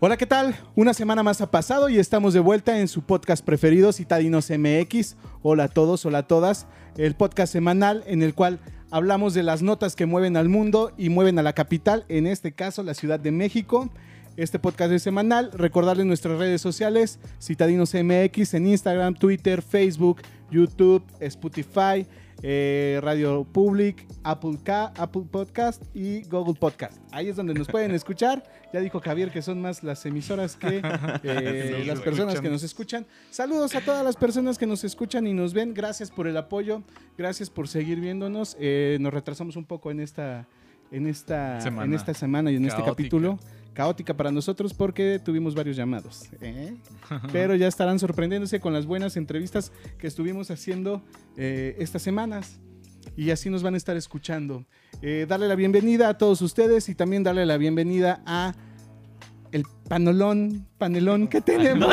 Hola, ¿qué tal? Una semana más ha pasado y estamos de vuelta en su podcast preferido, Citadinos MX. Hola a todos, hola a todas. El podcast semanal en el cual hablamos de las notas que mueven al mundo y mueven a la capital, en este caso la Ciudad de México. Este podcast es semanal. Recordarles nuestras redes sociales, Citadinos MX en Instagram, Twitter, Facebook, YouTube, Spotify, eh, Radio Public, Apple, Ca- Apple Podcast y Google Podcast. Ahí es donde nos pueden escuchar. Ya dijo Javier que son más las emisoras que eh, nos las personas que escuchan. nos escuchan. Saludos a todas las personas que nos escuchan y nos ven. Gracias por el apoyo. Gracias por seguir viéndonos. Eh, nos retrasamos un poco en esta, en esta, Semana. en esta semana y en este Caótica. capítulo. Caótica para nosotros porque tuvimos varios llamados. ¿eh? Pero ya estarán sorprendiéndose con las buenas entrevistas que estuvimos haciendo eh, estas semanas. Y así nos van a estar escuchando. Eh, darle la bienvenida a todos ustedes y también darle la bienvenida a el panolón, panelón que tenemos.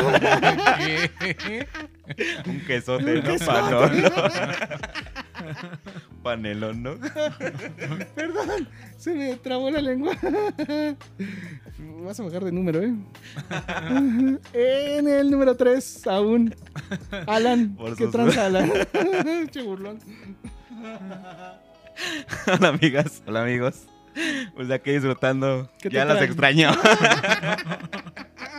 ¿Qué? Un quesote, ¿no? Panelón. Panelón, ¿no? Perdón, se me trabó la lengua. Vas a bajar de número, ¿eh? en el número 3, aún. Alan, Por ¿qué sus- tranza, Alan? che burlón. Hola, amigas. Hola, amigos. Pues aquí disfrutando. ¿Qué te Ya las traen? extraño.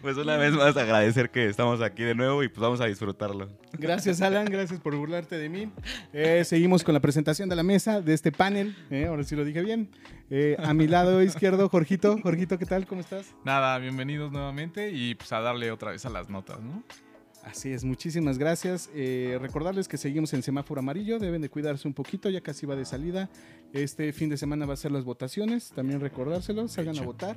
Pues una vez más agradecer que estamos aquí de nuevo y pues vamos a disfrutarlo. Gracias, Alan, gracias por burlarte de mí. Eh, seguimos con la presentación de la mesa, de este panel. eh, ahora sí lo dije bien. Eh, a mi lado izquierdo, Jorgito. Jorgito, ¿qué tal? ¿Cómo estás? Nada, bienvenidos nuevamente y pues a darle otra vez a las notas, ¿no? Así es, muchísimas gracias. Eh, recordarles que seguimos en semáforo amarillo, deben de cuidarse un poquito, ya casi va de salida. Este fin de semana va a ser las votaciones, también recordárselo, salgan a votar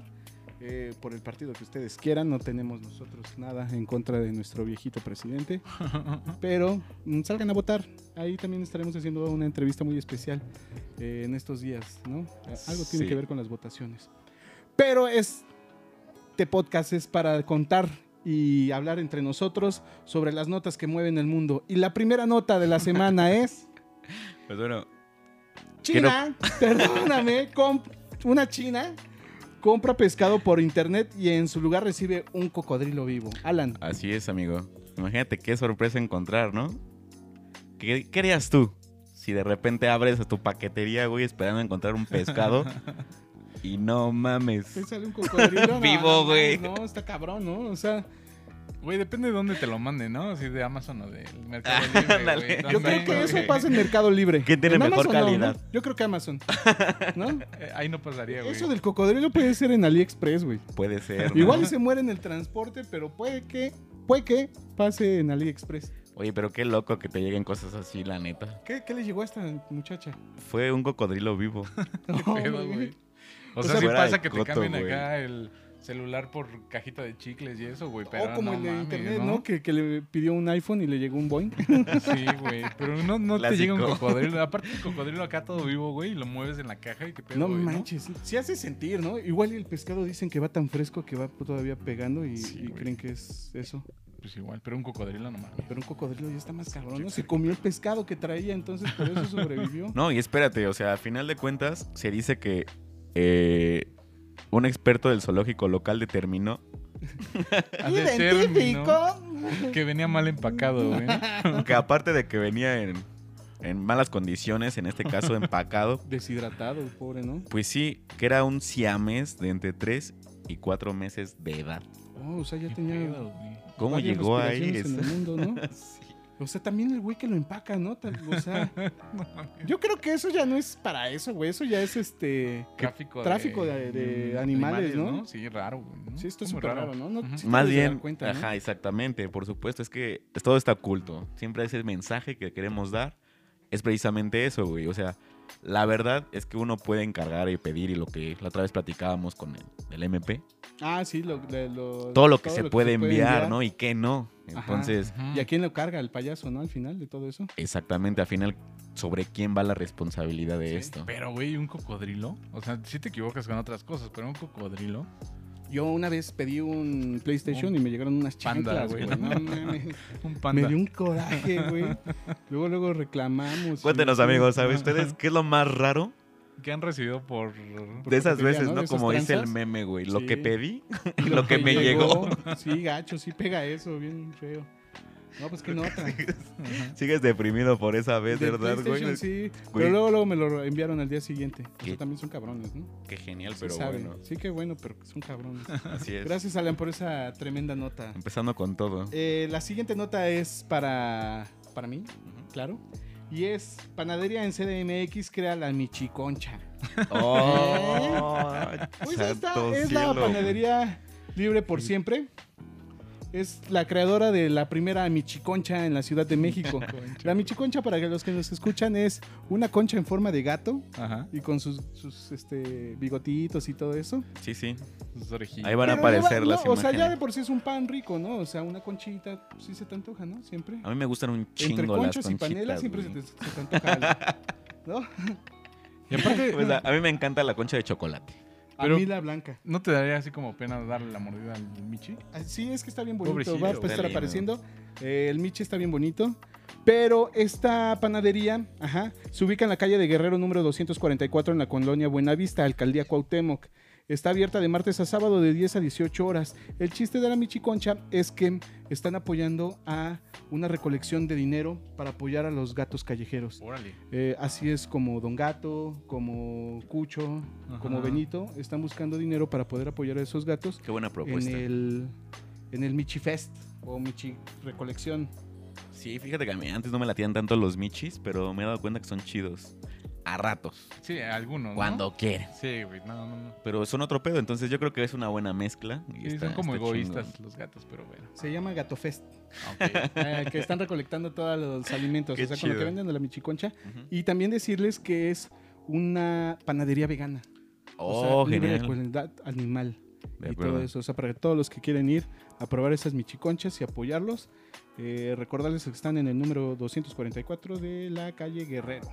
eh, por el partido que ustedes quieran, no tenemos nosotros nada en contra de nuestro viejito presidente, pero mm, salgan a votar, ahí también estaremos haciendo una entrevista muy especial eh, en estos días, ¿no? Algo tiene Sí. que ver con las votaciones. Pero este podcast es para contar y hablar entre nosotros sobre las notas que mueven el mundo. Y la primera nota de la semana es Pues bueno, China, perdóname, comp- una China compra pescado por internet y en su lugar recibe un cocodrilo vivo. Alan, así es, amigo. Imagínate qué sorpresa encontrar, ¿no? ¿Qué, qué harías tú si de repente abres a tu paquetería, güey, esperando encontrar un pescado? Y no mames. ¿te sale un cocodrilo? No, Vivo, no, güey. No, está cabrón, ¿no? O sea, Güey, depende de dónde te lo manden, ¿no? Si de Amazon o del Mercado Libre, ándale. güey. yo creo También, que eso güey. pasa en Mercado Libre. ¿Quién tiene ¿En mejor Amazon no, calidad? no? Yo creo que Amazon, ¿no? Eh, Ahí no pasaría, güey. Eso del cocodrilo puede ser en AliExpress, güey. Puede ser. ¿no? Igual y se muere en el transporte, pero puede que, puede que pase en AliExpress. Oye, pero qué loco que te lleguen cosas así, la neta. ¿Qué, qué le llegó a esta muchacha? Fue un cocodrilo vivo. No, pedo, güey. güey. O, O sea, sea, sí fuera pasa de que te coto, cambien güey. acá el celular por cajita de chicles y eso, güey. Pero o como no el de mames, internet, ¿no? Que, que le pidió un iPhone y le llegó un Boeing. Sí, güey. Pero no, no te llega un Clásico. cocodrilo. Aparte, el cocodrilo acá todo vivo, güey. Y lo mueves en la caja y qué pedo, no güey, manches. Sí hace sentir, ¿no? Igual y el pescado dicen que va tan fresco que va todavía pegando y, Sí, y güey. creen que es eso. Pues igual, pero un cocodrilo no mames. Pero un cocodrilo ya está más cabrón. ¿no? Se comió el pescado que traía, entonces por eso sobrevivió. No, y espérate, o sea, a final de cuentas, se dice que eh, un experto del zoológico local determinó Ah, Ha de ser, ¿no? Que venía mal empacado, güey. que aparte de que venía en, en malas condiciones, en este caso empacado, Deshidratado, el pobre, ¿no? pues sí, que era un siamés de entre 3 y 4 meses de edad. Oh, o sea, ya Qué tenía. pedo, güey. ¿Cómo varias llegó ahí? este? respiraciones eso? En el mundo, ¿no? Sí. O sea, también el güey que lo empaca, ¿no? Tal- O sea, yo creo que eso ya no es para eso, güey. Eso ya es este. Tráfico, tráfico de- de animales, ¿no? Sí, raro, güey. ¿no? Sí, esto es Muy súper raro, ¿no? No- Ujú. sí. Más te debes de bien, dar cuenta, ¿no? ajá, exactamente, por supuesto, es que todo está oculto. Siempre ese mensaje que queremos dar es precisamente eso, güey. O sea, la verdad es que uno puede encargar y pedir y lo que la otra vez platicábamos con el, el MP, Ah, sí, lo, de- lo- todo lo que se puede enviar, ¿no? Y qué no. Ajá. Entonces, Ujú. ¿Y a quién lo carga el payaso, no? Al final de todo eso. exactamente, al final, ¿sobre quién va la responsabilidad de Sí, esto? Pero, güey, un cocodrilo. O sea, sí te equivocas con otras cosas, pero un cocodrilo. Yo una vez pedí un PlayStation Oh. y me llegaron unas Panda, chanclas, güey. güey. No mames. Un me panda. dio un coraje, güey. Luego, luego reclamamos. y- Cuéntenos, amigos, ¿saben ustedes qué es lo más raro que han recibido por... De esas Porque te veces, digan, ¿no? ¿no? De esas Como dice el tranzas. meme, güey. Lo Sí. que pedí y lo que me llegó. Sí, gacho, sí pega eso, bien feo. No, pues que nota. Sigues deprimido por esa vez, Del ¿verdad, güey? PlayStation, Sí, Güey. pero luego, luego me lo enviaron al día siguiente. O sea, ¿Qué? también son cabrones, ¿no? Qué genial, Sí pero saben. bueno. Sí, qué bueno, pero son cabrones. Así es. Gracias, Alan, por esa tremenda nota. Empezando con todo. Eh, la siguiente nota es para, para mí, claro. Y es Panadería en CDMX crea la Michiconcha. Oh, Pues esta santo es cielo, la güey. panadería libre por siempre. Es la creadora de la primera michiconcha en la Ciudad de México. La michiconcha, para que los que nos escuchan, es una concha en forma de gato Ajá, y con sus, sus, este, bigotitos y todo eso. Sí, sí. sus orejitas. Ahí van a Pero lleva- aparecer no, las O sea, ya de imágenes. por sí es un pan rico, ¿no? O sea, una conchita pues, sí se te antoja, ¿no? Siempre. A mí me gustan un Ah, chingo Entre las conchos conchitas. y panela siempre se güey. te, se te antoja algo, ¿No? Y aparte, Pues la- a mí me encanta la concha de chocolate. Pero- A mí la blanca. ¿no te daría así como pena darle la mordida al Michi? Ah, Sí, es que está bien bonito. Pobrecillo, va a está estar lindo. apareciendo. Eh, el Michi está bien bonito. Pero esta panadería, ajá, se ubica en la calle de Guerrero número 244 en la colonia Buenavista, alcaldía Cuauhtémoc. Está abierta de martes a sábado de 10 a 18 horas. El chiste de la Michi Concha es que están apoyando a una recolección de dinero para apoyar a los gatos callejeros. Órale. Eh, así es como Don Gato, como Cucho, Ajá. como Benito, están buscando dinero para poder apoyar a esos gatos Qué buena en propuesta. el, en el Michi Fest o Michi Recolección. Sí, fíjate que a mí antes no me latían tanto los michis, pero me he dado cuenta que son chidos. A ratos. Sí, algunos, ¿no? Cuando quieren. Sí, güey, no, no, no. Pero son otro pedo, entonces yo creo que es una buena mezcla. y Sí, está- son como está egoístas chingón. los gatos, pero bueno. Se llama Gato Fest, Ok. eh, que están recolectando todos los alimentos, Qué o sea, con lo que chido. venden de la Michi Concha. Ujú. Y también decirles que es una panadería vegana. Oh, o sea, libre de genial. crueldad animal De y todo acuerdo. eso. O sea, para que todos los que quieren ir a probar esas michiconchas y apoyarlos, eh, recordarles que están en el número 244 de la calle Guerrero,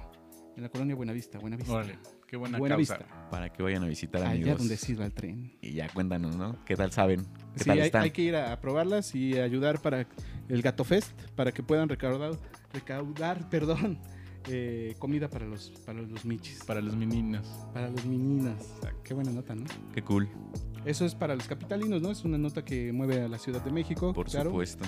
en la colonia Buenavista. Buenavista. Órale, qué buena, Buena causa. vista. Para que vayan a visitar Allá amigos. donde sí va el tren. Y ya cuéntanos, ¿no? ¿Qué tal saben? ¿Qué Sí, tal hay, están? hay que ir a, a probarlas y ayudar para el Gato Fest, para que puedan recaudar, recaudar perdón, eh, comida para los, para los michis, Para los meninos. para los meninas. Qué buena nota, ¿no? Qué cool, Eso es para los capitalinos, ¿no? Es una nota que mueve a la Ciudad de México. por Oh, claro. supuesto.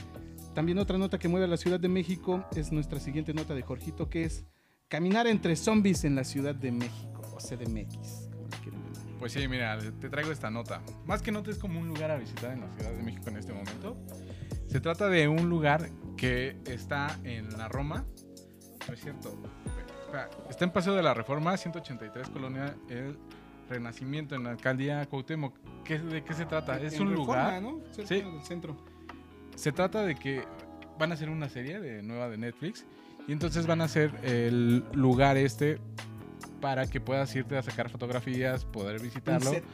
También otra nota que mueve a la Ciudad de México es nuestra siguiente nota de Jorgito, que es caminar entre zombies en la Ciudad de México, o CDMX, como le quieran llamar. Pues sí, mira, te traigo esta nota. Más que nota es como un lugar a visitar en la Ciudad de México en este momento. Se trata de un lugar que está en la Roma. No es cierto. Espera, Está en Paseo de la Reforma, 183, Colonia El Renacimiento, en la alcaldía Cuauhtémoc. ¿Qué- ¿De qué se trata? Es En un Reforma, lugar... ¿no? Cerca Sí. del centro. Se trata de que van a hacer una serie de nueva de Netflix y entonces van a hacer el lugar este para que puedas irte a sacar fotografías, poder Un visitarlo. set.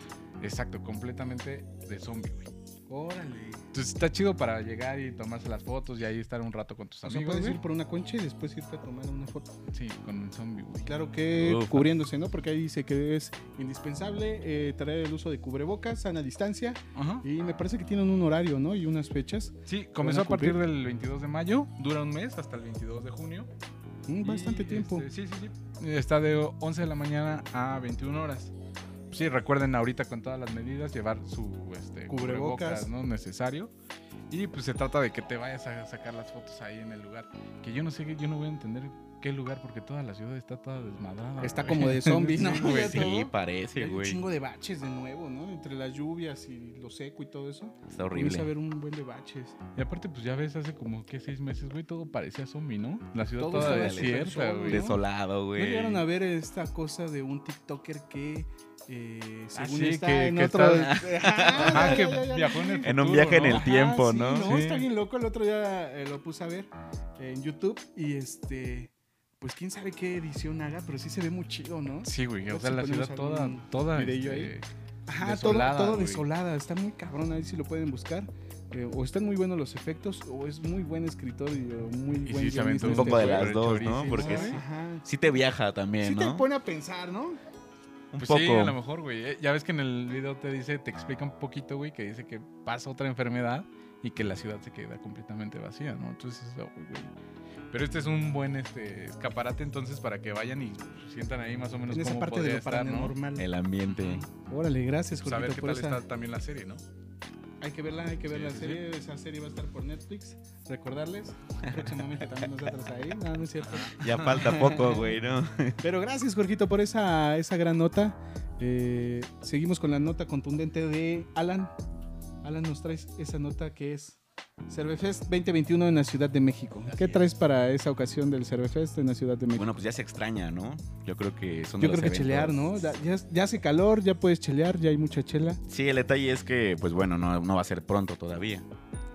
Exacto, completamente de zombie, güey. Órale. Entonces está chido para llegar y tomarse las fotos y ahí estar un rato con tus O sea, amigos, puedes güey. ir por una concha y después irte a tomar una foto. Sí, con un zombie, güey. Claro que Uf. cubriéndose, ¿no? Porque ahí dice que es indispensable eh, traer el uso de cubrebocas, sana distancia. Ajá. Y me parece que tienen un horario, ¿no? Y unas fechas. Sí, comenzó a cumplir? partir del 22 de mayo, dura un mes hasta el 22 de junio. Mm, Y, bastante tiempo. este, sí, sí, sí. Está de 11 de la mañana a 21 horas. Sí, recuerden ahorita con todas las medidas llevar su este, Cubrebocas. ¿no? necesario. Y pues se trata de que te vayas a sacar las fotos ahí en el lugar. Que yo no sé, yo no voy a entender qué lugar porque toda la ciudad está toda desmadrada. Está güey. como de zombies, ¿no? Sí, güey, Ya sí. Sí, todo. parece, Hay un güey. chingo de baches de nuevo, ¿no? Entre las lluvias y lo seco y todo eso. Está Comienza a horrible. ver un buen de baches. Y aparte, pues ya ves, hace como que seis meses, güey, todo parecía zombie, ¿no? La ciudad Todo toda estaba desierta, súper güey. solo, ¿no? Desolado, ¿No güey. llegaron a ver esta cosa de un TikToker que... eh, Ah, según sí, está que- en que otro... está- Ajá, Ajá, Ah, ya, que ya, ya, viajó ya. en el En un futuro, viaje en ¿no? el tiempo, sí, ¿no? No, Sí. está bien loco. El otro día eh, lo puse a ver en YouTube y este, pues quién sabe qué edición haga, pero sí se ve muy chido, ¿no? Sí, güey, o Luego sea, si la ponemos ciudad toda, algún toda, videillo este, Ajá, desolada, todo, todo güey. desolada. Está muy cabrón. Ahí sí lo pueden buscar. Eh, o están muy buenos los efectos, o es muy buen escritor y o muy Y buen sí, se guionista aventó Un este poco de güey. las dos, ¿no? Chorísimo, Porque güey. sí, Ajá. sí te viaja también, Sí te ¿no? pone a pensar, ¿no? Un Pues sí, a lo poco. mejor, güey. Eh, Ya ves que en el video te dice, te explica un poquito, güey, que dice que pasa otra enfermedad y que la ciudad se queda completamente vacía, ¿no? Entonces, oh, güey. Pero este es un buen este, escaparate entonces para que vayan y sientan ahí más o menos en esa cómo parte de podría lo estar, ¿no? paranormal. El ambiente. Órale, gracias, Saber Jorgito, qué por tal esa. está también la serie, ¿no? Hay que verla, hay que ver Sí, la sí, sí. serie. Esa serie va a estar por Netflix. Recordarles. Próximamente también nosotros ahí. No, no es cierto. Ya falta poco, güey, ¿no? Pero gracias, Jorgito, por esa, esa gran nota. Eh, seguimos con la nota contundente de Alan. Alan, nos traes esa nota que es Cervefest 2021 en la Ciudad de México. ¿Qué Así traes para esa ocasión del Cervefest en la Ciudad de México? Bueno, pues ya se extraña, ¿no? Yo creo que son de Yo creo los que eventos- chelear, ¿no? Ya, ya- ya hace calor, ya puedes chelear, ya hay mucha chela. Sí, el detalle es que, pues bueno, no, no va a ser pronto todavía.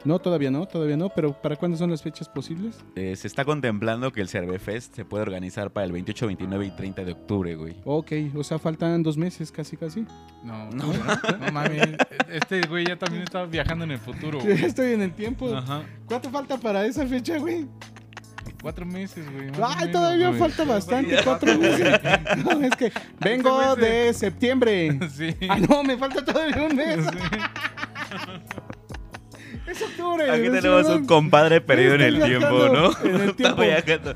No, todavía no, todavía no, pero ¿para cuándo son las fechas posibles? Eh, se está contemplando que el Cervefest se puede organizar para el 28, 29 y 30 de octubre, güey. Ok, o sea, faltan dos meses casi, casi. No, No. no, no mames. Este güey ya también estaba viajando en el futuro, güey. Estoy en el tiempo. Ajá. ¿Cuánto falta para esa fecha, güey? Cuatro meses, güey. más o Ay, menos, todavía güey. falta bastante, cuatro meses. No, es que vengo Este güey se- de septiembre. Sí. Ah, no, me falta todavía un mes. Sí. Es octubre. Aquí es tenemos un verdad. compadre perdido en Está el tiempo, ¿no? viajando en el Está tiempo. viajando.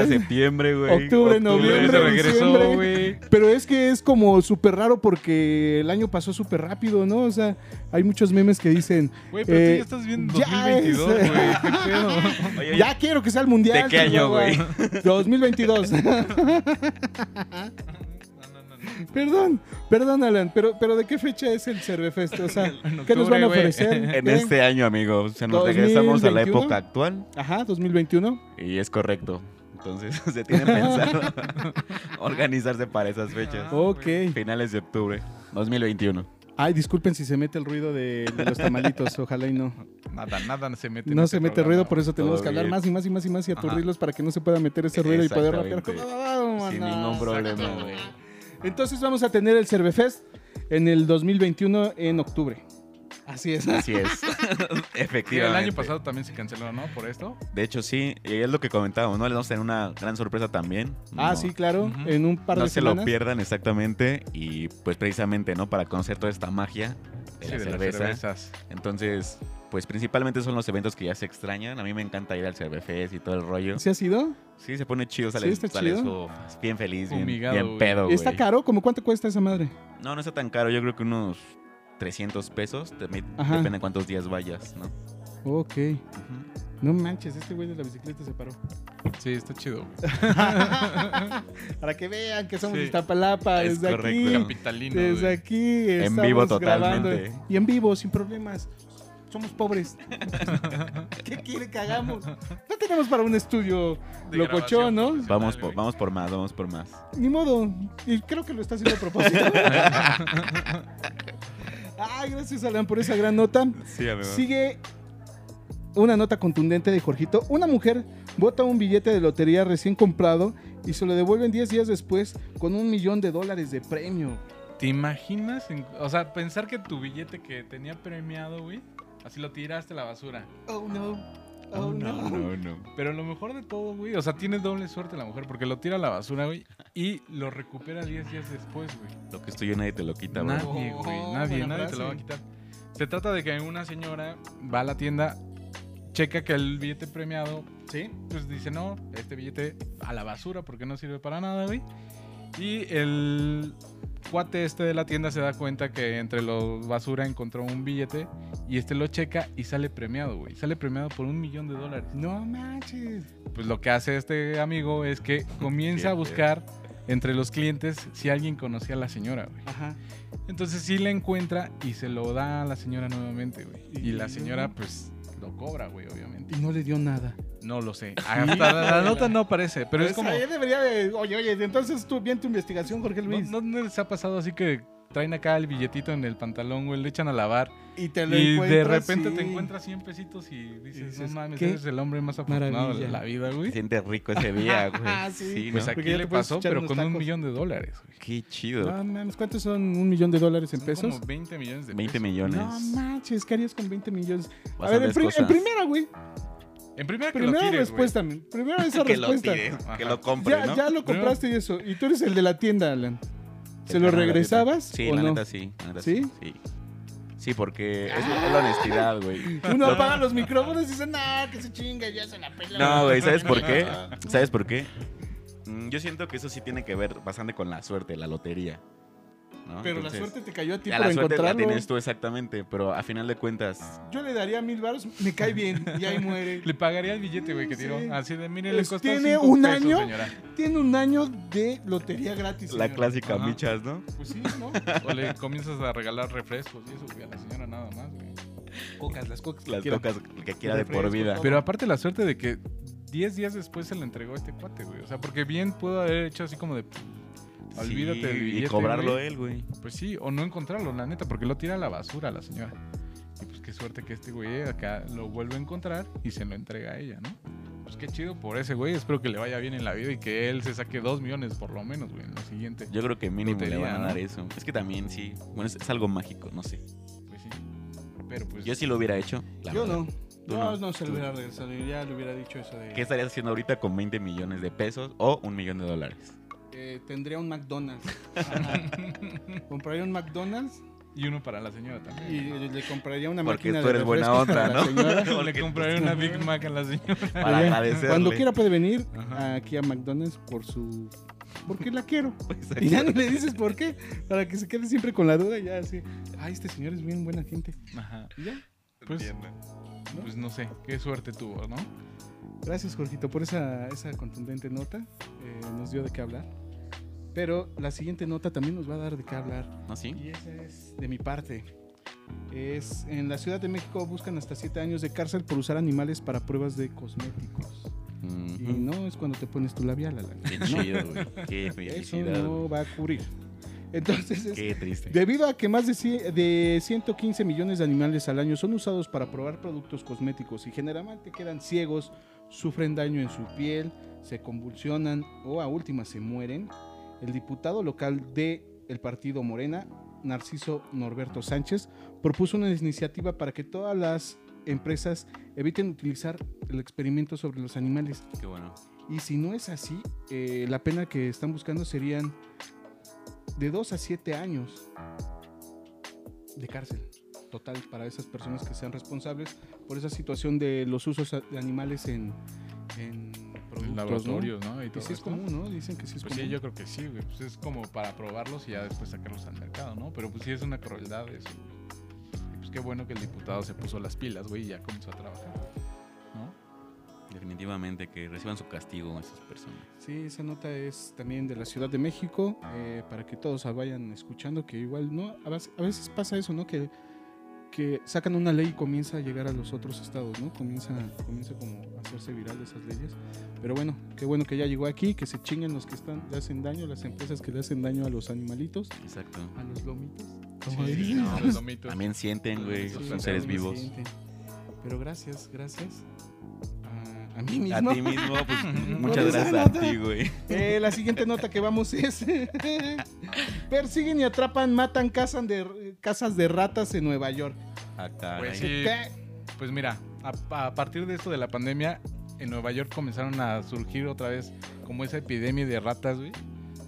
a septiembre, güey. Octubre, noviembre, Güey, se regresó, diciembre. güey. Pero es que es como súper raro porque el año pasó súper rápido, ¿no? O sea, hay muchos memes que dicen, Güey, pero tú Eh, ya estás viendo ya 2022, es- güey. ¿Qué pedo? Oye, oye, ya quiero que sea el mundial. ¿De qué año, güey? 2022. No, no, no, no. perdón, perdón, Alan, pero, pero ¿de qué fecha es el Cervefest? O sea, En ¿qué nos van a octubre, güey. ofrecer? En ¿Qué? este año, amigo, o sea, nos regresamos a la 2021. época actual Ajá, 2021. y es correcto. Entonces, se tiene pensado organizarse para esas fechas. Ah, ok. Finales de octubre 2021. Ay, disculpen si se mete el ruido de, de los tamalitos, ojalá y no. Nada, nada se mete. en No este se mete programa. ruido, por eso tenemos Todo que hablar bien. más y más y más y más y Ajá. aturdirlos para que no se pueda meter ese ruido y poder rapear. Exactamente. Vámonos. Sin ningún problema, güey. Entonces vamos a tener el Cervefest en el 2021 en octubre. Así es. Así es. Sí, el Efectivamente. año pasado también se canceló, ¿no? Por esto. De hecho, sí, y es lo que comentábamos, ¿no? Les vamos a tener una gran sorpresa también. Ah, No. sí, claro. Ujú. En un par no de se semanas. lo pierdan exactamente y pues precisamente, ¿no? Para conocer toda esta magia de, Sí, la, de las cerveza. cervezas. Entonces, pues principalmente son los eventos que ya se extrañan. A mí me encanta ir al Cervefest y todo el rollo. Sí, ¿Sí ha sido? se pone chido, sale, está sale chido. eso bien feliz, bien, Fumigado, bien güey. pedo, güey. ¿Está caro? ¿Cómo cuánto cuesta esa madre? No, no está tan caro. Yo creo que unos 300 pesos. también Ajá. Depende de cuántos días vayas, ¿no? Ok. Ujú. No manches, este güey de la bicicleta se paró. Sí, está chido. güey. Para que vean que somos Sí. de Iztapalapa, Es desde correcto. aquí. Capitalino. Desde güey. aquí. En estamos vivo grabando. totalmente. Y en vivo, sin problemas. Somos pobres. ¿Qué quiere que hagamos? No tenemos para un estudio De locochón, grabación ¿no? profesional, Vamos, güey. por, vamos por más, vamos por más. Ni modo. Y creo que lo está haciendo a propósito. Ay, gracias, Alan, por esa gran nota. Sí, amigo. Sigue una nota contundente de Jorgito. Una mujer bota un billete de lotería recién comprado y se lo devuelven 10 días después con un millón de dólares de premio. ¿Te imaginas? en- o sea, pensar que tu billete que tenía premiado, güey, así lo tiraste a la basura. Oh no. Oh, Oh, no. No, no, no. Pero lo mejor de todo, güey, o sea, tiene doble suerte la mujer porque lo tira a la basura, güey, y lo recupera 10 días después, güey. Lo que estoy yo nadie te lo quita, bro. Nadie, Oh, güey, nadie, buena nadie te lo va a frase. quitar. Se trata de que una señora va a la tienda, checa que el billete premiado ¿Sí? pues dice, no, este billete a la basura porque no sirve para nada, güey. Y el cuate este de la tienda se da cuenta que entre los basura encontró un billete y este lo checa y sale premiado, güey. Sale premiado por un millón de dólares. No manches. Pues lo que hace este amigo es que comienza a Bien, buscar entre los clientes si alguien conocía a la señora, güey. Ajá. Entonces sí la encuentra y se lo da a la señora nuevamente, güey. Y la Y- señora pues lo cobra, güey, obviamente. Y no le dio nada. No lo sé. Hasta la, la nota no aparece, pero es como... Pues Ahí debería de. Oye, oye, entonces tú bien tu investigación, Jorge ¿No, Luis. no- no les ha pasado así que traen acá el billetito en el pantalón, güey, lo echan a lavar y te y de encuentras, repente sí. te encuentras 100 pesitos y dices, Y dices, no mames, "Qué eres el hombre más afortunado maravilla". de la vida, Se güey. siente rico ese día, güey. Ah, sí. sí, ¿no? Pues Porque aquí ya le te puedes pasó, echar pero unos con un tacos. millón de dólares, güey. Qué chido. No mames, ¿cuántos son un millón de dólares en Son pesos? Como 20 millones de 20 pesos. millones. Este, pues, No manches, ¿qué harías con 20 millones? A ver, Bastantes en, prim- en cosas. Ah, primera, güey. En primera que Primera lo tires, güey. respuesta, mi- primera esa Que lo respuesta. tire, Ajá. que lo compre, ya, ¿no? ya lo compraste y eso. Y tú eres el de la tienda, Alan. El ¿Se lo canal, la neta. regresabas Sí, o la no? neta sí. la neta, ¿Sí? Ah. Sí. Sí, Sí, porque es, es la honestidad, güey. Uno apaga los micrófonos y dice, nah, que se chinga, ya se la pela. No, güey, ¿sabes por qué? ¿Sabes por qué? Mm, Yo siento que eso sí tiene que ver bastante con la suerte, la lotería. ¿no? Pero la Entonces, suerte te cayó a ti a por la suerte la encontrarlo. Ah, tienes tú exactamente, pero a final de cuentas, Yo le daría mil baros, me cae bien y ahí muere. Le pagaría el billete, güey, que Sí. tiró. Así de, mire, le Es- costó tiene cinco un pesos, año. señora. Tiene un año de lotería gratis. la señor. clásica Ajá. michas, ¿no? Pues sí, ¿no? O le comienzas a regalar refrescos y eso, güey, a la señora nada más, güey. Cocas, las cocas. que Las quieran. tocas que quiera de por refresco, vida. todo. Pero aparte la suerte de que 10 días después se le entregó a este cuate, güey. O sea, porque bien pudo haber hecho así como de... Sí, Olvídate del y billete, cobrarlo eh. güey. él, güey. Pues sí, o no encontrarlo, la neta, porque lo tira a la basura la señora. Y pues qué suerte que este güey acá lo vuelve a encontrar y se lo entrega a ella, ¿no? Pues qué chido por ese güey. Espero que le vaya bien en la vida y que él se saque 2 millones por lo menos, güey, en lo siguiente. Yo creo que mínimo le Lotería, van a dar ¿no? eso. Es que también sí, bueno, es, es algo mágico, no sé. Pues sí. Pero pues... Yo sí lo hubiera hecho. la Yo verdad. no. Tú No, no. no, se lo hubiera regresado. yo Ya le hubiera dicho eso de. ¿Qué estarías haciendo ahorita con 20 millones de pesos o un millón de dólares? eh, tendría un McDonald's. Ajá. compraría un McDonald's Y uno para la señora también. y le compraría una Porque máquina tú de eres buena refrescos para onda, la ¿no? señora. O le compraré una Big Mac a la señora. Para Oye, agradecerle. Cuando quiera puede venir Ajá. aquí a McDonald's por su. Porque la quiero. Pues, Y ya no le dices por qué. Para que se quede siempre con la duda y ya así. Ay, este señor es bien buena gente. Ajá. Y ya. Pues, ¿no? pues no sé, qué suerte tuvo, ¿no? Gracias, Jorgito, por esa, esa contundente nota. Eh, nos dio de qué hablar. Pero la siguiente nota también nos va a dar de qué hablar. ¿No sí? Y esa es de mi parte. Es en la Ciudad de México buscan hasta 7 años de cárcel por usar animales para pruebas de cosméticos. Ujú. Y no es cuando te pones tu labial, Alan. Mm, Qué chido, güey. Qué Eso felicidad. no va a ocurrir. Entonces, es- Qué triste. Debido a que más de, cie- de 115 millones de animales al año son usados para probar productos cosméticos y generalmente quedan ciegos, sufren daño en su piel, se convulsionan o a última se mueren, el diputado local de el partido Morena, Narciso Norberto Sánchez, propuso una iniciativa para que todas las empresas eviten utilizar el experimento sobre los animales. Qué bueno. Y si no es así, eh, la pena que están buscando serían de 2 a 7 años de cárcel total para esas personas que sean responsables por esa situación de los usos a- de animales en, en productos. ¿no? Laboratorios, ¿no? Y Y todo sí es esto. común, ¿no? Dicen que sí es Pues común. sí, yo creo que sí, güey. Pues es como para probarlos y ya después sacarlos al mercado, ¿no? Pero pues sí es una crueldad eso, güey. Y pues qué bueno que el diputado se puso las pilas, güey, y ya comenzó a trabajar, ¿no? Definitivamente que reciban su castigo esas personas. Sí, esa nota es también de la Ciudad de México, eh, para que todos la vayan escuchando, que igual no, a veces, a veces pasa eso, ¿no? Que, que sacan una ley y comienza a llegar a los otros estados, ¿no? Comienza, comienza como a hacerse viral esas leyes. Pero bueno, qué bueno que ya llegó aquí, que se chinguen los que están, le hacen daño, las empresas que le hacen daño a los animalitos, Exacto. a los lomitos. Sí, dicen. no, los lomitos. También sienten, güey. Sí, Son también seres lo vivos. sienten. Pero gracias, gracias. A, a mí A mismo. ti mismo, pues muchas Por esa gracias a nota. ti, güey. Eh, la siguiente nota que vamos es persiguen y atrapan, matan, cazan de casas de ratas en Nueva York. Acá. Pues ahí. sí. ¿Qué? Pues mira, a, a partir de esto de la pandemia, en Nueva York comenzaron a surgir otra vez como esa epidemia de ratas, güey.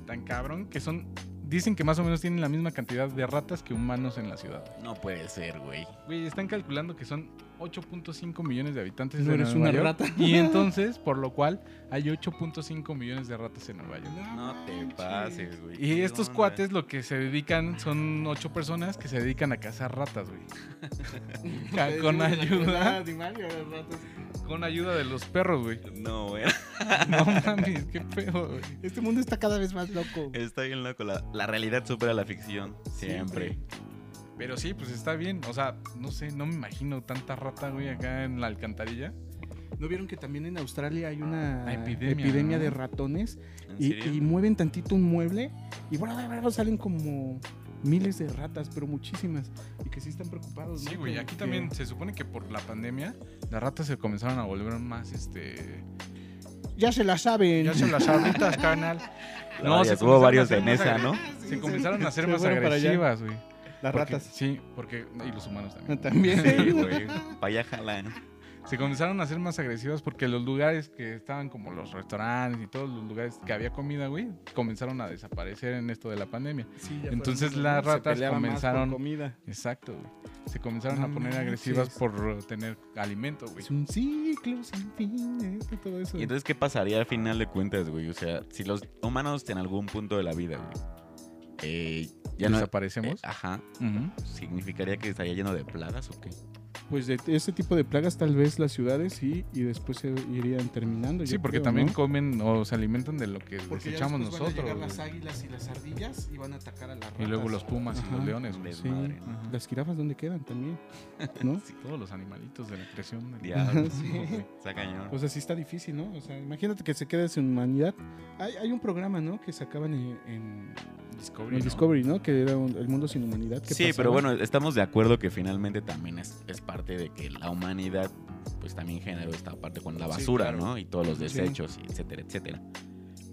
Tan cabrón, que son... Dicen que más o menos tienen la misma cantidad de ratas que humanos en la ciudad. No puede ser, güey. Güey, están calculando que son 8.5 millones de habitantes No en eres Nueva una York. rata. Y entonces, por lo cual, hay 8.5 millones de ratas en Nueva York. Ah, No te pases, güey. Y ¿Qué estos onda? cuates lo que se dedican son ocho personas que se dedican a cazar ratas, güey. Ca- con ayuda, con ayuda de los perros, güey. No, güey. No mames, qué feo, güey. Este mundo está cada vez más loco. Eh. Está bien loco. La, la realidad supera la ficción. Siempre. Pero sí, pues está bien. O sea, no sé, no me imagino tanta rata, güey, acá en la alcantarilla. ¿No vieron que también en Australia hay una La epidemia, Ah, epidemia, ¿no? de ratones? ¿En Y, serio? y mueven tantito un mueble y bueno, de verdad salen como miles de ratas, pero muchísimas. Y que sí están preocupados. Pues ¿no? Sí, güey, Que- aquí que- también se supone que por la pandemia las ratas se comenzaron a volver más, este... Ya se la saben. Ya son las arrutas, carnal. No, No, se se tuvo comenzaron varios a hacer en más esa, agres- ¿no? Sí, Se sí. comenzaron a hacer Se más fueron para allá. agresivas, güey. Las Porque- ratas. Sí, porque... Y los humanos también. También. Sí, güey. Pa' allá jalan. se comenzaron a hacer más agresivas porque los lugares que estaban como los restaurantes y todos los lugares que había comida, güey, comenzaron a desaparecer en esto de la pandemia. Sí, ya Entonces fueron- las se ratas peleaban más por comenzaron- comida. Exacto, güey. Se comenzaron No a poner agresivas manches. por eh, tener alimento, güey. Es pues, un ciclo sin fin, esto, todo eso. Y entonces, ¿qué pasaría al final de cuentas, güey? O sea, si los humanos en algún punto de la vida, güey, eh, ya no... desaparecemos. eh, ajá. ah, Ujú. ¿Significaría que estaría lleno de plagas o qué? Pues de ese tipo de plagas tal vez las ciudades sí, y después se irían terminando. pues Sí, yo porque creo, también ¿no? comen o se alimentan de lo que desechamos nosotros. güey. águilas y las ardillas y van a atacar a la Y luego los pumas y Ajá. los leones, güey. Sí. Desmadre, ¿no? Las jirafas, ¿dónde quedan también? ¿No? Todos los animalitos de la creación. del- Diablo. Sí. Está cañón. O sea, sí está difícil, ¿no? O sea, imagínate que se quede sin humanidad. Hay, hay un programa, ¿no? Que sacaban en, en- Discovery. en ¿no? Discovery, ¿no? Que era un- el mundo sin humanidad. que Sí, pasaba. pero bueno, estamos de acuerdo que finalmente también es, es parte de que la humanidad pues también generó esta parte con la Sí, basura, claro. ¿no? Y todos los Sí. desechos, y etcétera, etcétera.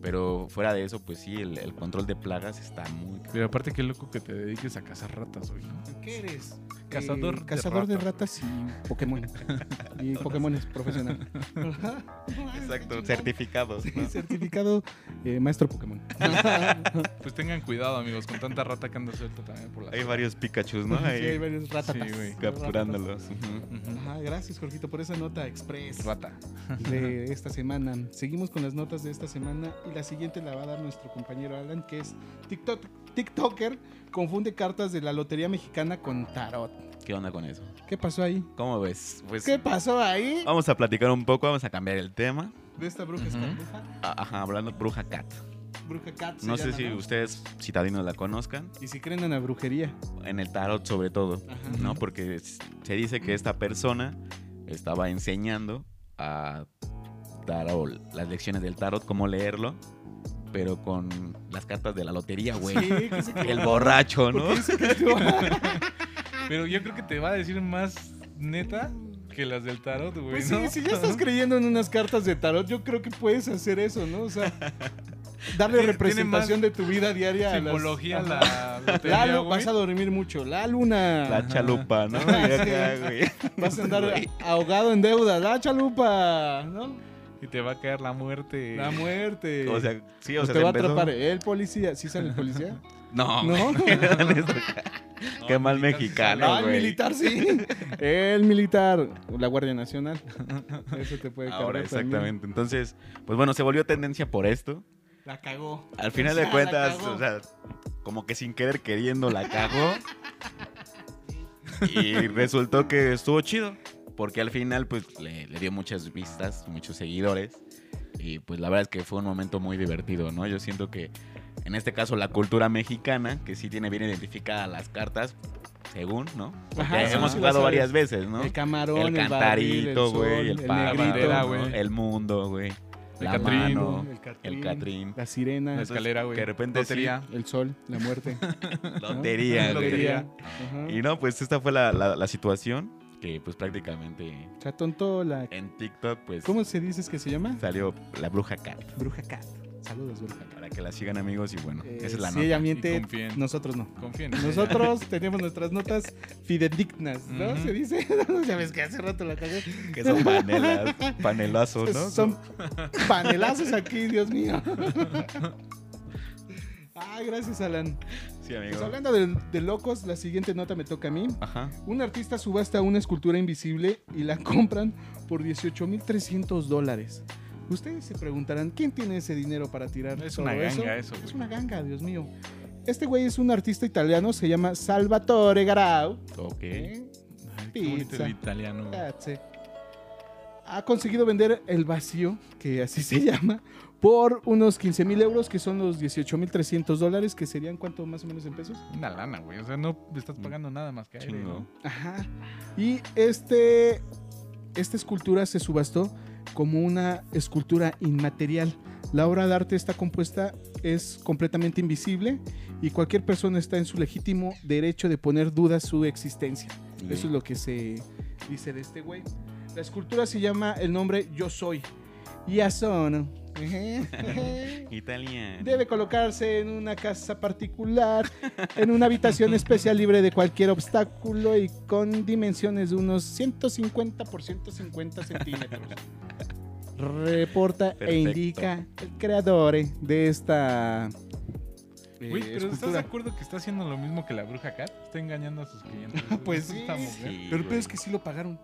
Pero fuera de eso, pues sí, el, el control de plagas está muy... Pero aparte, qué loco que te dediques a cazar ratas, güey. ¿no? ¿Qué eres? Cazador, de Eh, Cazador de ratas. ratas y Pokémon. y Pokémon es profesional. Ah, Exacto, certificado. certificados. ¿no? Certificado eh, maestro Pokémon. Pues tengan cuidado, amigos, con tanta rata que anda suelta también por la Hay ciudad. varios Pikachus, ¿no? Sí, hay Ahí varios ratatas. Sí, güey. capturándolos. Ujú. Ujú. Ajá, gracias, Jorgito, por esa nota express. Rata. de esta semana. Seguimos con las notas de esta semana y la siguiente la va a dar nuestro compañero Alan, que es TikTok, TikToker confunde cartas de la Lotería Mexicana con tarot. ¿Qué onda con eso? ¿Qué pasó ahí? ¿Cómo ves? Pues ¿Qué pasó ahí? vamos a platicar un poco, vamos a cambiar el tema. De esta bruja Ujú. escartuja, A- Ajá, hablando bruja cat. bruja cat. se No sé llama, si ustedes citadinos la conozcan. Y si creen en la brujería. en el tarot sobre todo, Ajá. ¿no? Porque es- se dice que esta persona estaba enseñando a tarot, las lecciones del tarot, cómo leerlo, pero con las cartas de la lotería, güey. Sí, que se El borracho, ¿no? Pues Pero yo creo que te va a decir más neta que las del tarot, güey. Pues ¿no? sí, si ya estás creyendo en unas cartas de tarot, yo creo que puedes hacer eso, ¿no? O sea, darle Tiene- representación de tu vida diaria a las- Simbología Ajá. la lotería, Lalo, güey. vas a dormir mucho. La luna. La chalupa, ¿no? Y acá, güey. Vas a andar Güey. ahogado en deuda. La chalupa, ¿no? Y te va a caer la muerte. La muerte. O sea, sí, O o sea, te se va a empezó- atrapar el policía. ¿Sí sale el policía? No. ¿No? No, Qué mal militar, sí mexicano, Ah, sale, el güey. militar, sí. El militar. La Guardia Nacional. Eso te puede Ahora, cargar también. exactamente. Entonces, pues bueno, se volvió tendencia por esto. La cagó. Al final O sea, de la cuentas, cagó. o sea, como que sin querer queriendo la cagó. y resultó que estuvo chido. Porque al final, pues, le, le dio muchas vistas, muchos seguidores. Y pues la verdad es que fue un momento muy divertido, ¿no? Yo siento que, en este caso, la cultura mexicana, que sí tiene bien identificadas las cartas, según, ¿no? Porque Ajá, sí, hemos sí, jugado las varias veces, ¿no? El camarón, El el, barril, cantarito, sol, güey, el, el pájaro, negrito, bandera, ¿no? güey. el mundo, güey. El la Catrín. mano, catrín, el catrín. La sirena, La Entonces, escalera, güey. que de repente sí, Lotería. el sol, la muerte. Lotería, ¿no? güey. Lotería. Ajá. Y no, pues esta fue la, la- la situación que pues prácticamente O sea, tonto la... en TikTok pues ¿Cómo se dice que se llama? salió la bruja cat. Bruja Cat. Saludos, Bruja Cat. Para que la sigan amigos y bueno, Eh, esa es la si nota. ella Y miente, confíen. nosotros no. Confíen. Nosotros tenemos nuestras notas fidedignas, ¿no? Ujú. Se dice. ya ves que hace rato la cagué. Que son panelas, panelazos, ¿no? Son panelazos aquí, Dios mío. Ah, gracias, Alan. Sí, Pues amigo. hablando de, de locos, la siguiente nota me toca a mí. Ajá. Un artista subasta una escultura invisible y la compran por 18.300 dólares. Ustedes se preguntarán, ¿quién tiene ese dinero para tirar Es todo una eso? ganga eso, Es güey. una ganga, Dios mío. Este güey es un artista italiano, se llama Salvatore Garau. Ok. ¿eh? Ay, qué bonito Pizza. el italiano. güey. Grazie. Ha conseguido vender el vacío, que así se llama, por unos 15.000 euros, que son los 18.300 dólares, que serían cuánto más o menos en pesos. Una lana, güey. O sea, no estás pagando nada más que aire, Mm. Chingo. ¿no? Ajá. Y este, esta escultura se subastó como una escultura inmaterial. La obra de arte está compuesta, es completamente invisible y cualquier persona está en su legítimo derecho de poner duda su existencia. Eso es lo que se dice de este güey. La escultura se llama el nombre Yo Soy. Y sono Ejé. Italia. Debe colocarse en una casa particular, en una habitación especial libre de cualquier obstáculo y con dimensiones de unos 150 por 150 centímetros. Reporta e Perfecto. indica el creador eh, de esta. eh, Güey, pero ¿estás de escultura. acuerdo que está haciendo lo mismo que la bruja Cat? Está engañando a sus clientes. Pues Eso sí, está muy Sí, bien. Pero el pedo güey. es que sí lo pagaron.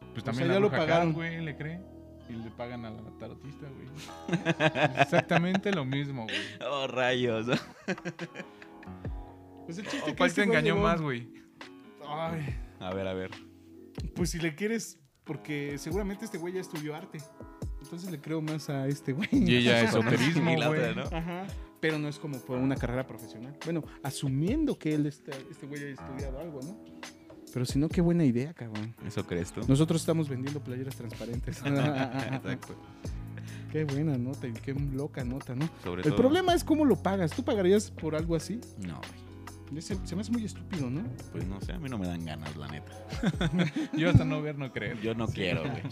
Pues sea, también ya la lo bruja Kat, pagaron. güey, le cree. Y le pagan a la tarotista, güey. Exactamente lo mismo, güey. Oh, rayos. Pues el chiste O que cuál este te güey engañó llegó- más, güey. Ay, A ver, a ver. pues si le quieres, porque seguramente este güey ya estudió arte. Entonces le creo más a este güey. Y Ah, ella esoterismo, Y la otra, güey. ¿no? Ajá. Pero no es como por una carrera profesional. Bueno, asumiendo que él este, este güey haya estudiado algo, ¿no? Pero si no, qué buena idea, cabrón. Eso crees tú. Nosotros estamos vendiendo playeras transparentes. Exacto. qué buena nota y qué loca nota, ¿no? Sobre El todo- problema es cómo lo pagas. ¿Tú pagarías por algo así? No, güey. Se, se me hace muy estúpido, ¿no? Pues no sé, a mí no me dan ganas, la neta. Yo hasta no ver, no creer. Yo no quiero, güey.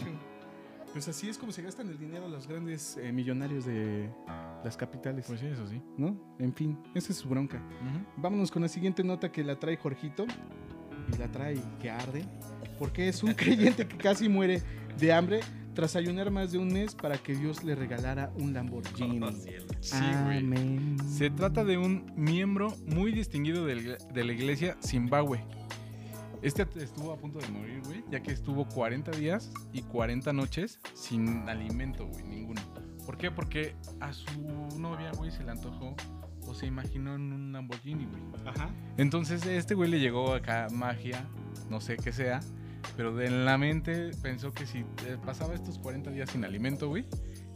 Pues así es como se gastan el dinero los grandes eh, millonarios de las capitales, Pues sí, eso sí. ¿no? En fin, esa es su bronca. Ujú. Vámonos con la siguiente nota que la trae Jorgito. Y la trae que arde. Porque es un creyente que casi muere de hambre tras ayunar más de un mes para que Dios le regalara un Lamborghini. Oh, cielo. Sí, güey. Amén. Se trata de un miembro muy distinguido del- de la iglesia Zimbabue. Este at- estuvo a punto de morir, güey, ya que estuvo 40 días y 40 noches sin alimento, güey, ninguno. ¿Por qué? Porque a su novia, güey, se le antojó o se imaginó en un Lamborghini, güey. Ajá. Entonces, este güey le llegó acá magia, no sé qué sea, pero de en la mente pensó que si eh, pasaba estos 40 días sin alimento, güey,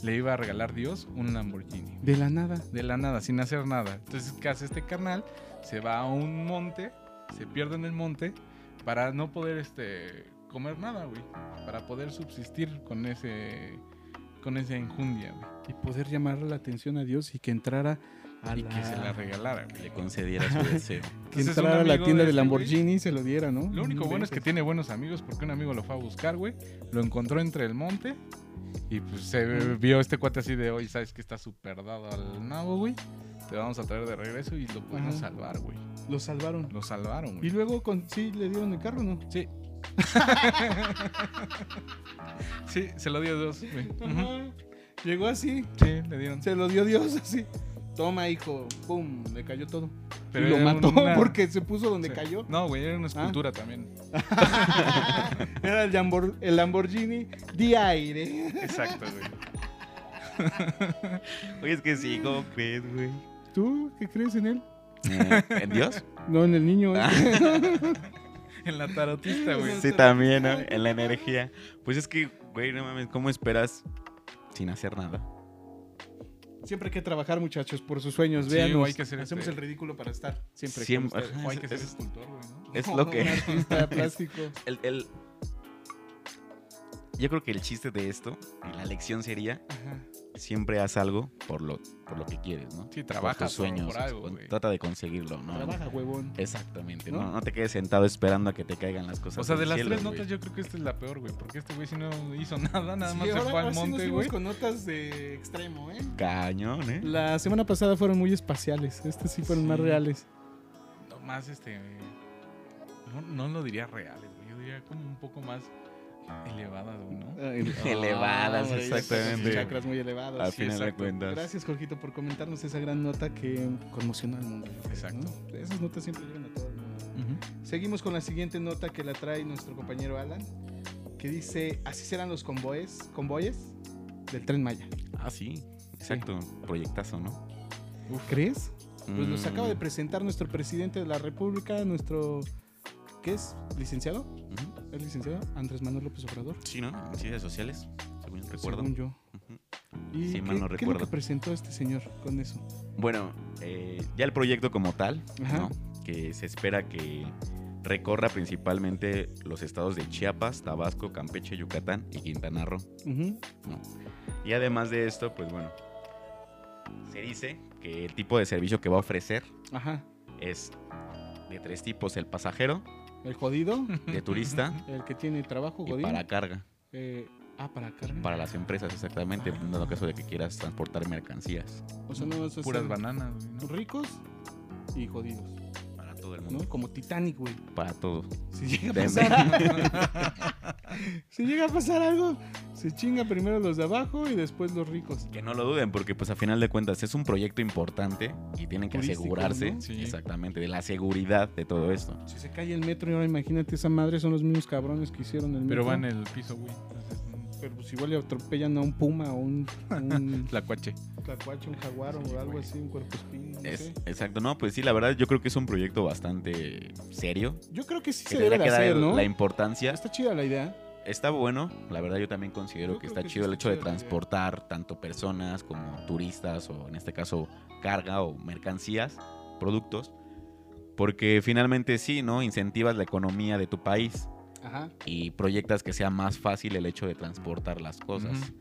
le iba a regalar Dios un Lamborghini De la nada. de la nada, sin hacer nada. Entonces, ¿qué hace este carnal? Se va a un monte, se pierde en el monte para no poder este, comer nada, güey. Para poder subsistir con ese con esa enjundia, güey. Y poder llamar la atención a Dios y que entrara a Y la, que se la regalara, güey. Le concediera su deseo. que Entonces, entrara un a la amigo tienda de de este Lamborghini y se lo diera, ¿no? Lo único No bueno es que inventes. tiene buenos amigos porque un amigo lo fue a buscar, güey. Lo encontró entre el monte y pues se vio este cuate así de hoy, sabes que está super dado al nabo, güey. Te vamos a traer de regreso y lo pudimos Ajá. salvar, güey. Lo salvaron. Lo salvaron, Y güey. luego, con, sí, le dieron el carro, ¿no? Sí. sí, se lo dio dos, güey. Ujú. Ajá. Llegó así. Sí, le dieron. Se lo dio Dios así. Toma, hijo. Pum, le cayó todo. Pero y lo era mató una- porque se puso donde sí. cayó. Ah. No, güey, era una escultura también. Era el, Lambor- el Lamborghini de aire. Exacto, güey. Oye, es que sí, ¿cómo crees, güey? ¿Tú qué crees en él? Eh, ¿En Dios? No, en el niño. este. En la tarotista, güey. Sí, también, ¿no? En la energía. Pues es que, güey, no mames, ¿cómo esperas sin hacer nada? Siempre hay que trabajar, muchachos, por sus sueños. Sí, Vean, o hay que hacer hacemos este- el ridículo para estar siempre. Siem- con ustedes. O hay que ser Es- escultor, güey, ¿no? Es lo que... Un artista plástico. El, el- Yo creo que el chiste de esto y la lección sería Ajá. siempre haz algo por lo, por lo que quieres, ¿no? Sí, Por trabaja tus por- sueños. por algo, con- güey. trata de conseguirlo, ¿no? Trabaja, huevón. Exactamente, ¿No? ¿no? No te quedes sentado esperando a que te caigan las cosas. O sea, de del las cielo, tres güey. notas yo creo que esta es la peor, güey. Porque este güey si no hizo nada, nada Sí, más se ahora- fue ahora al sí nos monte, fuimos güey. con notas de extremo, ¿eh? Cañón, ¿eh? La semana pasada fueron muy espaciales. Estas sí fueron Sí. más reales. No, Más este... No, no lo diría reales, güey. Yo diría como un poco más elevadas, güey, ¿no? Eh, Elevadas, hombre, ya exactamente. sus Chakras muy elevados. Al Sí, final de exacto. cuentas. Gracias, Jorgito, por comentarnos esa gran nota que conmocionó al mundo. yo creo, Exacto. ¿no? Esas notas siempre llegan a todo el mundo. Ujú. Seguimos con la siguiente nota que la trae nuestro compañero Alan, que dice, así serán los convoes, convoyes del Tren Maya. Ah, sí. Exacto. Proyectazo, ¿no? ¿Crees? Pues los Mm, acaba de presentar nuestro presidente de la República, nuestro... ¿Qué es? ¿Licenciado? ujú. ¿Es licenciado? Andrés Manuel López Obrador. Sí, ¿no? En ciencias sociales, según recuerdo. Según yo. Ujú. ¿Y Sí, qué, mal no qué es lo recuerdo. que presentó este señor con eso? Bueno, eh, ya el proyecto como tal, Ajá. ¿no? que se espera que recorra principalmente los estados de Chiapas, Tabasco, Campeche, Yucatán y Quintana Roo. Ujú. Y además de esto, pues bueno, se dice que el tipo de servicio que va a ofrecer Ajá. es de tres tipos, el pasajero, El jodido, de turista el que tiene trabajo, y Godín. para carga. Eh, Ah, para carne. Para las empresas, exactamente, en dado caso de que quieras transportar mercancías. O sea, no vas a Puras ser bananas, güey, ¿no? ricos y jodidos, Para todo el mundo. ¿no? Como Titanic, güey. Para todo. Si llega a Deme. pasar. si llega a pasar algo, se chinga primero los de abajo y después los ricos. Que no lo duden, porque pues a final de cuentas es un proyecto importante y tienen que Turístico, asegurarse, ¿no? Sí. exactamente, de la seguridad de todo esto. Si se cae el metro y ahora imagínate esa madre, son los mismos cabrones que hicieron el Pero metro. va en el piso, güey. Entonces, mm, Pero pues igual le atropellan a un puma o un, a un tlacuache. tlacuache, un jaguar Sí, o algo güey. así, un cuerpo espín, no Es- sé. Exacto, no, pues sí, la verdad yo creo que es un proyecto bastante serio. Yo creo que sí Que se debe tendría de que dar hacer, el- ¿no? la importancia. Está chida la idea. Está bueno, la verdad yo también considero Yo que creo está que sí ¿eh? chido el está hecho de chida la idea. transportar tanto personas como turistas o en este caso carga o mercancías, productos, porque finalmente sí, ¿no? Incentivas la economía de tu país Ajá. y proyectas que sea más fácil el hecho de transportar las cosas.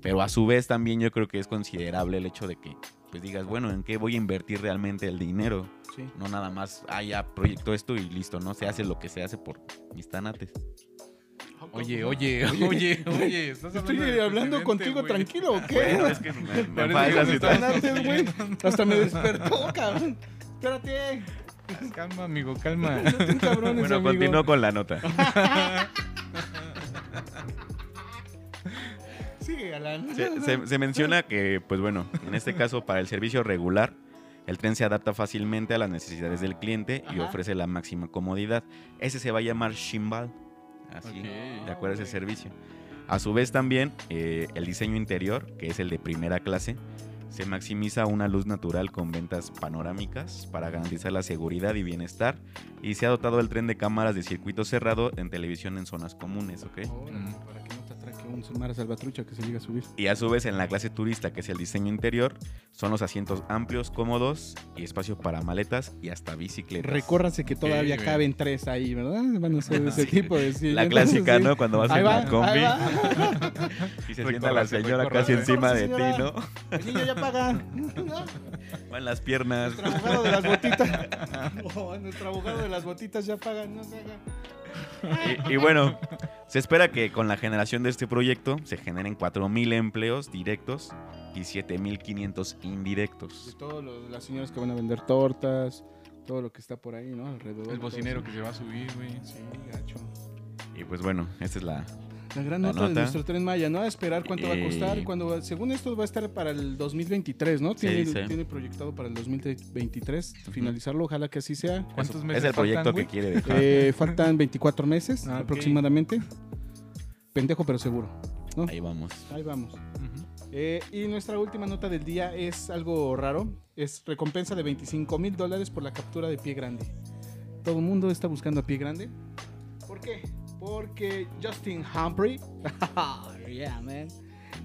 Pero a su vez también yo creo que es considerable el hecho de que pues digas, bueno, ¿en qué voy a invertir realmente el dinero? Sí. No nada más, ah, ya proyecto esto y listo, ¿no? Se hace lo que se hace por mis tanates. Oye, oye, oye, oye. estás Estoy hablando hablando, del contigo presidente, tranquilo, ¿o qué? Bueno, es que me, me Parece enfada que esa me situación. Antes, güey. Hasta me despertó, cabrón. Espérate. güey. Pues Calma, amigo, calma. No estén cabrones, Bueno, amigo. continúo con la nota. Sigue, Galán. Se, se- se menciona que, pues bueno, en este caso para el servicio regular, el tren se adapta fácilmente a las necesidades del cliente y Ajá. ofrece la máxima comodidad. Ese se va a llamar Shimbal. Así, Ok. de acuerdo a ese Ok. servicio. A su vez también, eh, el diseño interior, que es el de primera clase, se maximiza una luz natural con ventas panorámicas para garantizar la seguridad y bienestar. Y se ha dotado el tren de cámaras de circuito cerrado en televisión en zonas comunes, ¿ok? Órale, Para que no te atraque un Mara Salvatrucha que se llega a subir. Y a su vez en la clase turista, que es el diseño interior, son los asientos amplios, cómodos y espacio para maletas y hasta bicicletas. Recórrase que todavía güey. caben tres ahí, ¿verdad? Van a ser ese tipo de... sí, la entonces, clásica, sí. ¿no? Cuando vas Ahí en va, la combi ahí va. y se sienta la Recórrase, señora recórrase. casi encima de ti, Recórrase, ¿no? El niño ya paga. ¿no? Van las piernas. Nuestro abogado de las botitas. Oh, nuestro abogado de las botitas ya paga, no se haga. Y, y bueno, se espera que con la generación de este proyecto se generen 4.000 empleos directos y 7.500 De indirectos. todo lo de las señoras que van a vender tortas, todo lo que está por ahí, ¿no? Alrededor. de El todo bocinero eso. que se va a subir, güey. Sí, gacho. Y pues bueno, esta es la... La gran La nota, de nota. nuestro tren Maya, ¿no? A esperar cuánto va a costar. Eh. Cuando, va- según esto va a estar para el 2023, ¿no? Se Tiene, dice. tiene proyectado para el 2023 finalizarlo, ojalá que así sea. ¿Cuántos es- meses es el proyecto faltan, que güey? quiere dejar. Eh, faltan 24 meses Ah, ok. aproximadamente. Pendejo, pero seguro. Ahí vamos. Ahí vamos. Ujú. Eh, y nuestra última nota del día es algo raro. Es recompensa de 25 mil dólares por la captura de pie grande. Todo el mundo está buscando a pie grande. ¿Por qué? Porque Justin Humphrey, yeah, man,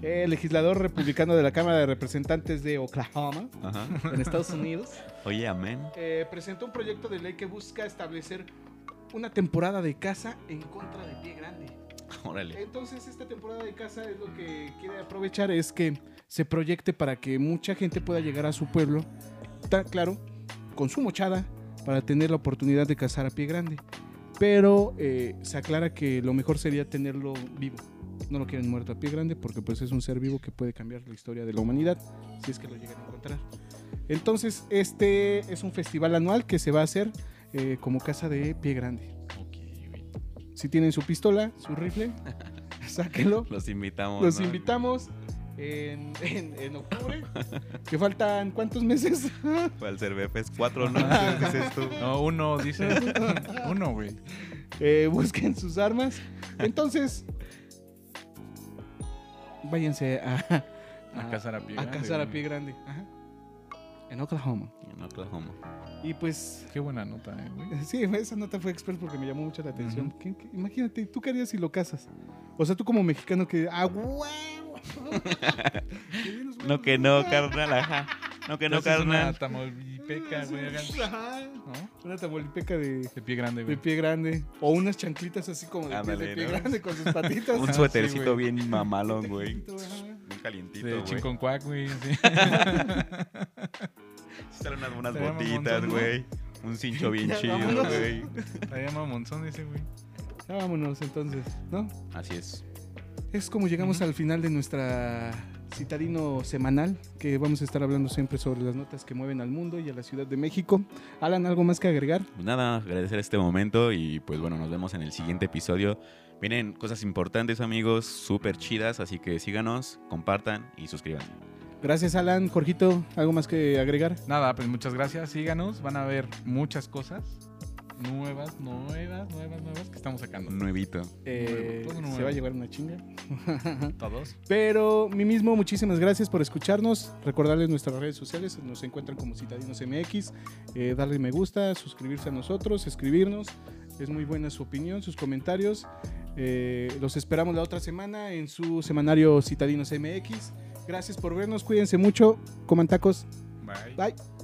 eh, legislador republicano de la Cámara de Representantes de Oklahoma, Ajá. en Estados Unidos, Oye, amén. eh, presentó un proyecto de ley que busca establecer una temporada de caza en contra de pie grande. Órale. Entonces esta temporada de casa es lo que quiere aprovechar es que se proyecte para que mucha gente pueda llegar a su pueblo, está claro, con su mochada para tener la oportunidad de cazar a pie grande. Pero eh, se aclara que lo mejor sería tenerlo vivo. No lo quieren muerto a pie grande porque pues es un ser vivo que puede cambiar la historia de la humanidad si es que lo llegan a encontrar. Entonces este es un festival anual que se va a hacer eh, como casa de pie grande. Si tienen su pistola, su rifle, sáquenlo. Los invitamos. Los ¿no? invitamos en, en- en octubre. que faltan cuántos meses. Al Cervefes 4, ¿no? Entonces dices tú. No, uno, dice. uno, güey. Eh, busquen sus armas. Entonces, váyanse a, A cazar Ah, a pie a grande, cazar a güey. pie grande. Ajá. En Oklahoma. En Oklahoma. Y pues, Qué buena nota, eh, güey. sí, esa nota fue express porque me llamó mucho la atención. ¿Qué- qué- imagínate, ¿tú qué harías si lo cazas? O sea, tú como mexicano que. ¡Ah, huevo! Que pues, bien los No huevos, que no, carnal, ajá. No que no, Te haces Una carnal. tamaulipeca, güey. hagan- Ajá. ¿No? Una tamaulipeca de, De pie grande, de güey. pie grande. O unas chanclitas así como de, pie, de Ándale, pie ¿no? grande con sus patitas. Un Ajá, suétercito güey. bien mamalón, güey. ajá. Bien calientito, De güey. chincon cuac, güey. sí. Salen unas buenas Estaría botitas, mamón, ¿no? güey. Un cincho bien Ya, chido, vámonos. güey. Estaría mamonzón ese, güey. Ya vámonos entonces, ¿no? Así es. Es como llegamos al final de nuestra citadino semanal, que vamos a estar hablando siempre sobre las notas que mueven al mundo y a la Ciudad de México. Alan, ¿algo más que agregar? Pues nada, agradecer este momento y pues bueno, nos vemos en el siguiente episodio. Vienen cosas importantes, amigos, súper chidas, así que síganos, compartan y suscriban. Gracias, Alan. Jorgito, ¿algo más que agregar? Nada, pues muchas gracias. Síganos. Van a ver muchas cosas nuevas, nuevas, nuevas, nuevas que estamos sacando. Nuevito. Eh, Todo nuevo. se va a llevar una chinga. Todos. Pero mi mismo, muchísimas gracias por escucharnos. Recordarles nuestras redes sociales, nos encuentran como Citadinos MX. Eh, darle me gusta, suscribirse a nosotros, escribirnos. Es muy buena su opinión, sus comentarios. Eh, los esperamos la otra semana en su semanario Citadinos MX. Gracias por vernos, cuídense mucho, coman tacos. Bye. Bye.